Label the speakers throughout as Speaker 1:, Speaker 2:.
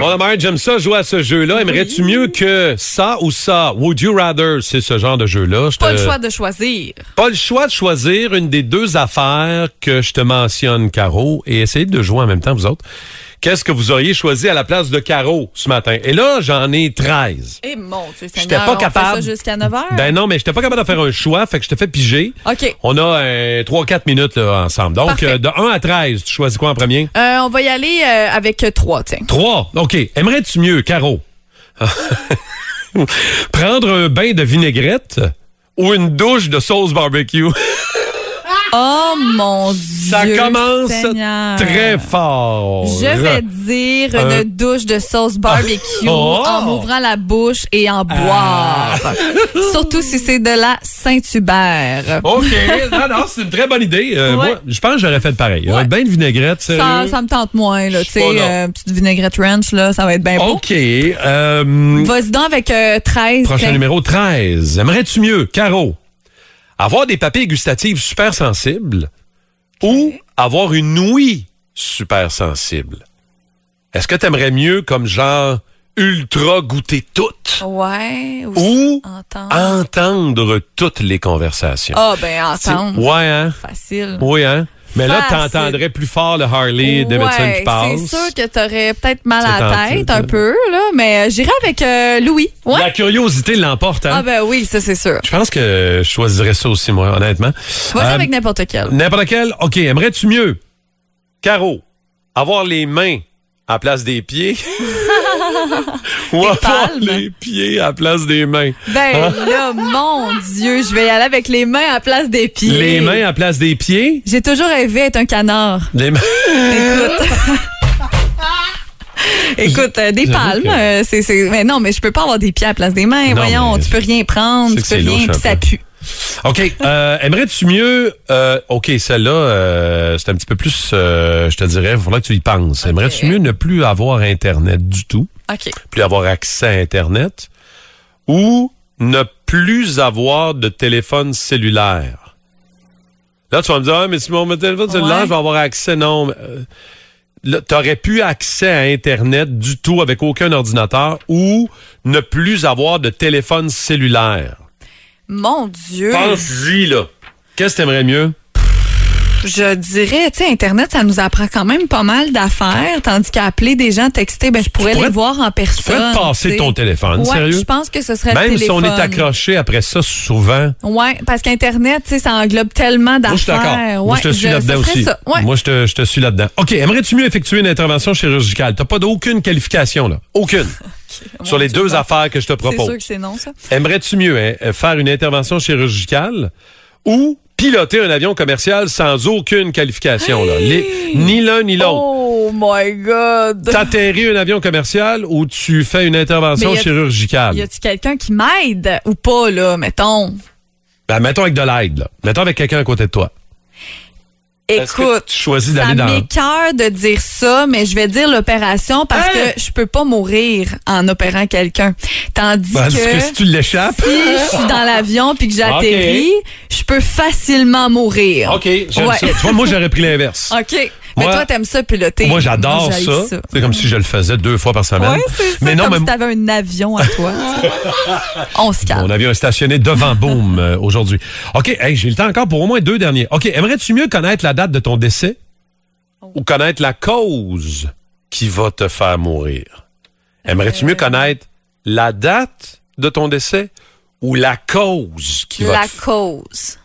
Speaker 1: Robert, j'aime ça jouer à ce jeu-là. Aimerais-tu mieux que ça ou ça? Would you rather? C'est ce genre de jeu-là. Je
Speaker 2: Pas le
Speaker 1: te-
Speaker 2: choix de choisir.
Speaker 1: Pas le choix de choisir une des deux affaires que je te mentionne, Caro, et essayez de jouer en même temps, vous autres. Qu'est-ce que vous auriez choisi à la place de Caro ce matin? Et là, j'en ai 13.
Speaker 2: Eh mon Dieu,
Speaker 1: J'étais
Speaker 2: Seigneur,
Speaker 1: pas
Speaker 2: on fait
Speaker 1: capable.
Speaker 2: ça jusqu'à 9 h?
Speaker 1: Ben non, mais j'étais pas capable de faire un choix, fait que je te fais piger.
Speaker 2: Ah. OK.
Speaker 1: On a 3-4 minutes là, ensemble. Donc,
Speaker 2: Parfait.
Speaker 1: euh, de 1 à 13, tu choisis quoi en premier?
Speaker 2: Euh, on va y aller euh, avec euh, trois, tiens.
Speaker 1: 3. OK. Aimerais-tu mieux, Caro? Prendre un bain de vinaigrette ou une douche de sauce barbecue?
Speaker 2: Oh mon Dieu.
Speaker 1: Ça commence
Speaker 2: Seigneur.
Speaker 1: très fort.
Speaker 2: Je vais dire
Speaker 1: Un-
Speaker 2: une douche de sauce barbecue
Speaker 1: Oh! Ah.
Speaker 2: en m'ouvrant la bouche et en boire. Surtout si c'est de la Saint-Hubert.
Speaker 1: OK. Non, non, c'est une très bonne idée. Euh,
Speaker 2: Ouais.
Speaker 1: Moi, je pense que j'aurais fait pareil. Un
Speaker 2: Ouais.
Speaker 1: bain de vinaigrette, sérieux. Oh,
Speaker 2: Ça, ça me tente moins, là,
Speaker 1: Je
Speaker 2: tu
Speaker 1: suis pas
Speaker 2: sais,
Speaker 1: là.
Speaker 2: euh, petite vinaigrette ranch, là, ça va être bien bon.
Speaker 1: OK. euh,
Speaker 2: Vas-y donc avec euh, 13.
Speaker 1: Oh. prochain
Speaker 2: tiens.
Speaker 1: numéro 13. Aimerais-tu mieux, Caro, avoir des papilles gustatives super sensibles ou avoir une ouïe super sensible? Est-ce que t'aimerais mieux comme genre ultra goûter toutes
Speaker 2: Ouais. Ou,
Speaker 1: ou
Speaker 2: Oh, entendre.
Speaker 1: entendre toutes les conversations?
Speaker 2: Ah, ben,
Speaker 1: C'est-
Speaker 2: entendre.
Speaker 1: Ouais, hein?
Speaker 2: Facile.
Speaker 1: Oui, hein? Mais là,
Speaker 2: Facile.
Speaker 1: t'entendrais plus fort le Harley Davidson qui
Speaker 2: Ouais,
Speaker 1: passe.
Speaker 2: C'est sûr que t'aurais peut-être mal
Speaker 1: C'est
Speaker 2: à la
Speaker 1: tenté,
Speaker 2: tête
Speaker 1: ça.
Speaker 2: un peu, là, mais euh, j'irai avec euh, Louis. Ouais.
Speaker 1: La curiosité l'emporte, hein?
Speaker 2: Ah ben oui, ça c'est sûr.
Speaker 1: Je pense que je choisirais ça aussi, moi, honnêtement.
Speaker 2: Vas-y
Speaker 1: Euh,
Speaker 2: avec n'importe quel.
Speaker 1: N'importe quel. OK, aimerais-tu mieux, Caro, avoir les mains à place des pieds ou avoir
Speaker 2: palmes.
Speaker 1: les pieds à place des mains? Ah.
Speaker 2: Ben là, mon Dieu, je vais y aller avec les mains à place des pieds.
Speaker 1: Les mains à place des pieds?
Speaker 2: J'ai toujours rêvé être un canard.
Speaker 1: Les mains...
Speaker 2: Écoute, euh, des
Speaker 1: J'avoue
Speaker 2: palmes,
Speaker 1: que-
Speaker 2: euh, c'est, c'est- mais non, mais je peux pas avoir des pieds à place des mains.
Speaker 1: Non,
Speaker 2: Voyons,
Speaker 1: mais
Speaker 2: tu peux
Speaker 1: je-
Speaker 2: rien prendre,
Speaker 1: je
Speaker 2: tu
Speaker 1: sais
Speaker 2: peux
Speaker 1: que c'est
Speaker 2: rien,
Speaker 1: louche
Speaker 2: puis
Speaker 1: un
Speaker 2: ça
Speaker 1: peu.
Speaker 2: pue.
Speaker 1: OK, euh, aimerais-tu mieux... euh, OK, celle-là, euh, c'est un petit peu plus, euh, je te dirais, il faudrait que tu y penses. Aimerais-tu mieux ne plus avoir Internet du tout?
Speaker 2: Ok.
Speaker 1: plus avoir accès à Internet ou ne plus avoir de téléphone cellulaire. Là, tu vas me dire, Ah, mais si mon téléphone cellulaire,
Speaker 2: Ouais.
Speaker 1: je vais avoir accès. Non, mais, euh, là, t'aurais pu accès à Internet du tout avec aucun ordinateur ou ne plus avoir de téléphone cellulaire.
Speaker 2: Mon Dieu.
Speaker 1: Pense-y, là. Qu'est-ce que t'aimerais mieux?
Speaker 2: Je dirais, tu sais, Internet, ça nous apprend quand même pas mal d'affaires, tandis qu'appeler des gens, texter, ben, je pourrais,
Speaker 1: pourrais-
Speaker 2: les voir en personne.
Speaker 1: Tu pourrais te passer
Speaker 2: tu sais.
Speaker 1: ton téléphone,
Speaker 2: Ouais,
Speaker 1: sérieux?
Speaker 2: je pense que ce serait
Speaker 1: Même
Speaker 2: le
Speaker 1: si on
Speaker 2: téléphone.
Speaker 1: est accroché après ça souvent,
Speaker 2: Ouais, parce qu'Internet, tu sais, ça englobe tellement d'affaires.
Speaker 1: Moi, je suis d'accord. Moi,
Speaker 2: Ouais,
Speaker 1: je te suis là-dedans
Speaker 2: ça serait
Speaker 1: aussi.
Speaker 2: ça. Ouais.
Speaker 1: Moi, je te, je te suis là-dedans. OK, aimerais-tu mieux effectuer une intervention chirurgicale? T'as pas d'aucune qualification, là. Aucune. Sur les deux affaires que je te
Speaker 2: C'est
Speaker 1: propose.
Speaker 2: sûr que c'est non, ça.
Speaker 1: Aimerais-tu mieux hein, faire une intervention chirurgicale ou piloter un avion commercial sans aucune qualification, là? Les- ni l'un ni l'autre.
Speaker 2: Oh my God.
Speaker 1: T'atterris un avion commercial ou tu fais une intervention
Speaker 2: Mais y a-
Speaker 1: chirurgicale?
Speaker 2: Y a-tu quelqu'un qui m'aide ou pas, là, mettons?
Speaker 1: Ben, mettons avec de l'aide, là. Mettons avec quelqu'un à côté de toi. Est-ce que
Speaker 2: Écoute.
Speaker 1: tu choisis
Speaker 2: Ça
Speaker 1: d'aller dans...
Speaker 2: m'écœure de dire ça, mais je vais dire l'opération parce
Speaker 1: Hein?
Speaker 2: que je peux pas mourir en opérant quelqu'un. Tandis
Speaker 1: Ben, Parce
Speaker 2: que,
Speaker 1: que si tu l'échappes...
Speaker 2: si je suis dans l'avion puis que j'atterris, je peux facilement mourir.
Speaker 1: OK, j'aime
Speaker 2: Ouais.
Speaker 1: ça. Tu vois, moi, j'aurais pris l'inverse.
Speaker 2: OK. Mais
Speaker 1: Moi-
Speaker 2: toi, t'aimes ça piloter.
Speaker 1: Moi, j'adore
Speaker 2: j'haïs
Speaker 1: ça. C'est comme si je le faisais deux fois par semaine.
Speaker 2: Ouais, c'est ça.
Speaker 1: mais non,
Speaker 2: comme
Speaker 1: mais
Speaker 2: si t'avais un avion à toi. tu sais. On se calme.
Speaker 1: mon avion est stationné devant Boom euh, aujourd'hui. OK, hey, j'ai le temps encore pour au moins deux derniers. OK, aimerais-tu mieux connaître la date de ton décès ou connaître la cause qui va te faire mourir? Aimerais-tu
Speaker 2: Euh.
Speaker 1: mieux connaître la date de ton décès ou la cause qui va te...
Speaker 2: La
Speaker 1: f-
Speaker 2: cause.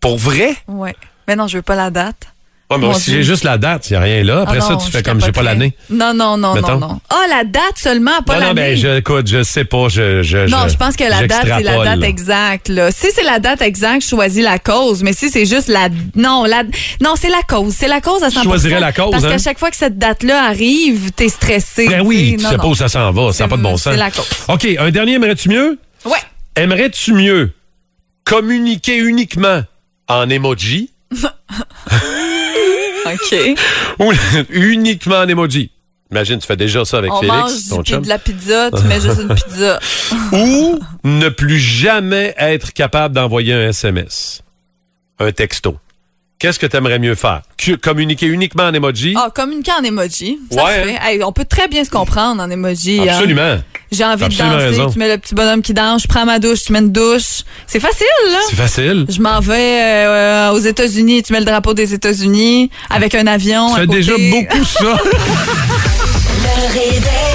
Speaker 1: Pour vrai?
Speaker 2: Ouais. Mais non, je veux pas la date.
Speaker 1: Ouais, mais
Speaker 2: Mon
Speaker 1: si
Speaker 2: Dieu.
Speaker 1: j'ai juste la date, il a rien là. Après
Speaker 2: Ah
Speaker 1: ça,
Speaker 2: non,
Speaker 1: tu
Speaker 2: je
Speaker 1: fais comme j'ai pas
Speaker 2: capoterais.
Speaker 1: l'année.
Speaker 2: Non, non, non,
Speaker 1: Mettons.
Speaker 2: non, non. Ah, la date seulement, pas
Speaker 1: non,
Speaker 2: l'année.
Speaker 1: non, ben, je, écoute, je sais pas. Je, je,
Speaker 2: Non, je pense que la date, c'est la
Speaker 1: j'extrapole,
Speaker 2: date
Speaker 1: là.
Speaker 2: exacte. là. Si c'est la date exacte, je choisis la cause. Mais si c'est juste la... Non, la... non c'est la cause. C'est la cause à 100
Speaker 1: choisirais la cause,
Speaker 2: Parce
Speaker 1: hein?
Speaker 2: qu'à chaque fois que cette date-là arrive, t'es stressé.
Speaker 1: Ben oui, tu
Speaker 2: sais
Speaker 1: sais
Speaker 2: Non,
Speaker 1: pas où ça s'en va, ça n'a
Speaker 2: C'est-
Speaker 1: pas de bon sens.
Speaker 2: c'est la cause.
Speaker 1: OK, un dernier, aimerais-tu mieux?
Speaker 2: non. Ouais.
Speaker 1: Aimerais-tu mieux communiquer uniquement en emoji
Speaker 2: OK.
Speaker 1: ou uniquement en emoji? Imagine, tu fais déjà ça avec
Speaker 2: On
Speaker 1: Félix,
Speaker 2: mange
Speaker 1: ton
Speaker 2: du, pi-
Speaker 1: chum.
Speaker 2: de la pizza, tu mets juste une pizza.
Speaker 1: Ou ne plus jamais être capable d'envoyer un SMS, un texto. Qu'est-ce que tu aimerais mieux faire? Que- communiquer uniquement en emoji?
Speaker 2: Ah, communiquer en emoji. Ça
Speaker 1: Ouais,
Speaker 2: se fait. Hey, on peut très bien se comprendre en emoji. hein.
Speaker 1: Absolument.
Speaker 2: J'ai envie de
Speaker 1: Absolument
Speaker 2: danser.
Speaker 1: raison.
Speaker 2: Tu mets le petit bonhomme qui danse. Je prends ma douche. Tu mets une douche. C'est facile, là.
Speaker 1: C'est facile.
Speaker 2: Je m'en vais euh, euh, aux États-Unis. Tu mets le drapeau des États-Unis avec un avion.
Speaker 1: Tu
Speaker 2: à
Speaker 1: fais
Speaker 2: côté.
Speaker 1: déjà beaucoup ça.
Speaker 3: Le réveil.